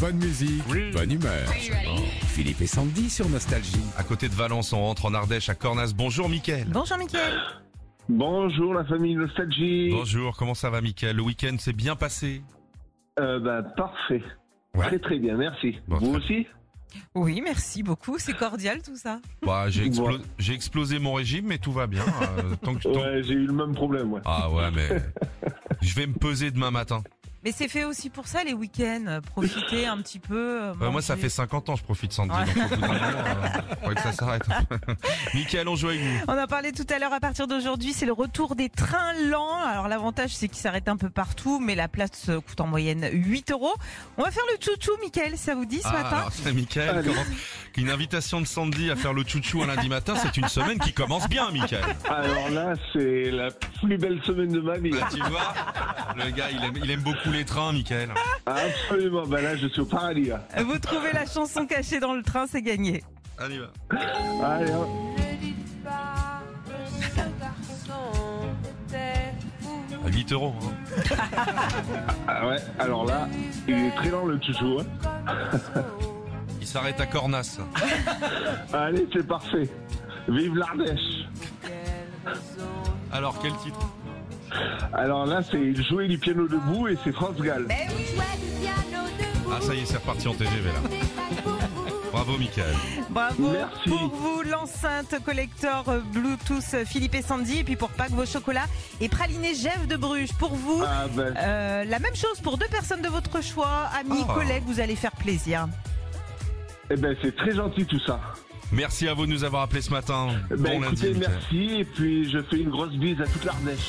Bonne musique, bonne humeur. Philippe et Sandy sur Nostalgie. À côté de Valence, on rentre en Ardèche à Cornas. Bonjour Mickaël. Bonjour Mickaël. Bonjour la famille Nostalgie. Bonjour, comment ça va Mickaël Le week-end s'est bien passé Euh, bah, parfait. Ouais. Très très bien, merci. Bon, Vous très- aussi Oui, merci beaucoup. C'est cordial tout ça. Bah j'ai, explo- Ouais. j'ai explosé mon régime mais tout va bien. euh, tant que, tant- Ouais, j'ai eu le même problème, ouais. Ah ouais mais je vais me peser demain matin. Euh, Mais c'est fait aussi pour ça les week-ends. Profiter un petit peu. euh, Bah, moi ça manger. fait 50 ans je profite Sandy. Ouais. donc au bout d'un moment, euh, faudrait que ça s'arrête. Mickaël, on joue avec vous. On a parlé tout à l'heure. À partir d'aujourd'hui, c'est le retour des trains lents. Alors l'avantage, c'est qu'ils s'arrêtent un peu partout, mais la place euh, coûte en moyenne 8 euros. On va faire le chouchou, Mickaël. Ça vous dit ce Ah, matin alors, c'est Mickaël. Allez. comment- Une invitation de Sandy à faire le chouchou un lundi matin, c'est une semaine qui commence bien, Mickaël. Alors là, c'est la plus belle semaine de ma vie. Là, tu vois, le gars, il aime, il aime beaucoup les trains, Mickaël. Absolument, bah là, je suis au paradis, là. Vous trouvez la chanson cachée dans le train, c'est gagné. On y va. Allez, hop. Ne dites pas que ce garçon était À 8 euros. hein. Ah ouais, alors là, il est très lent le chouchou, hein. Il s'arrête à Cornas. Allez, c'est parfait. Vive l'Ardèche. Alors, quel titre Alors là, c'est jouer du piano debout et c'est France Gall. Ah, ça y est, c'est reparti en TGV là. Bravo, Mickaël. Bravo Merci. pour vous, l'enceinte collector euh, Bluetooth Philippe et Sandy. Et puis pour Pâques, vos chocolats et pralinés Gève de Bruges. Pour vous, Ah ben, Euh, la même chose pour deux personnes de votre choix, amis, Ah. collègues, vous allez faire plaisir. eh ben c'est très gentil tout ça. Merci à vous de nous avoir appelés ce matin. Ben bon écoutez, lundi, Mickaël. merci et puis je fais une grosse bise à toute l'Ardèche.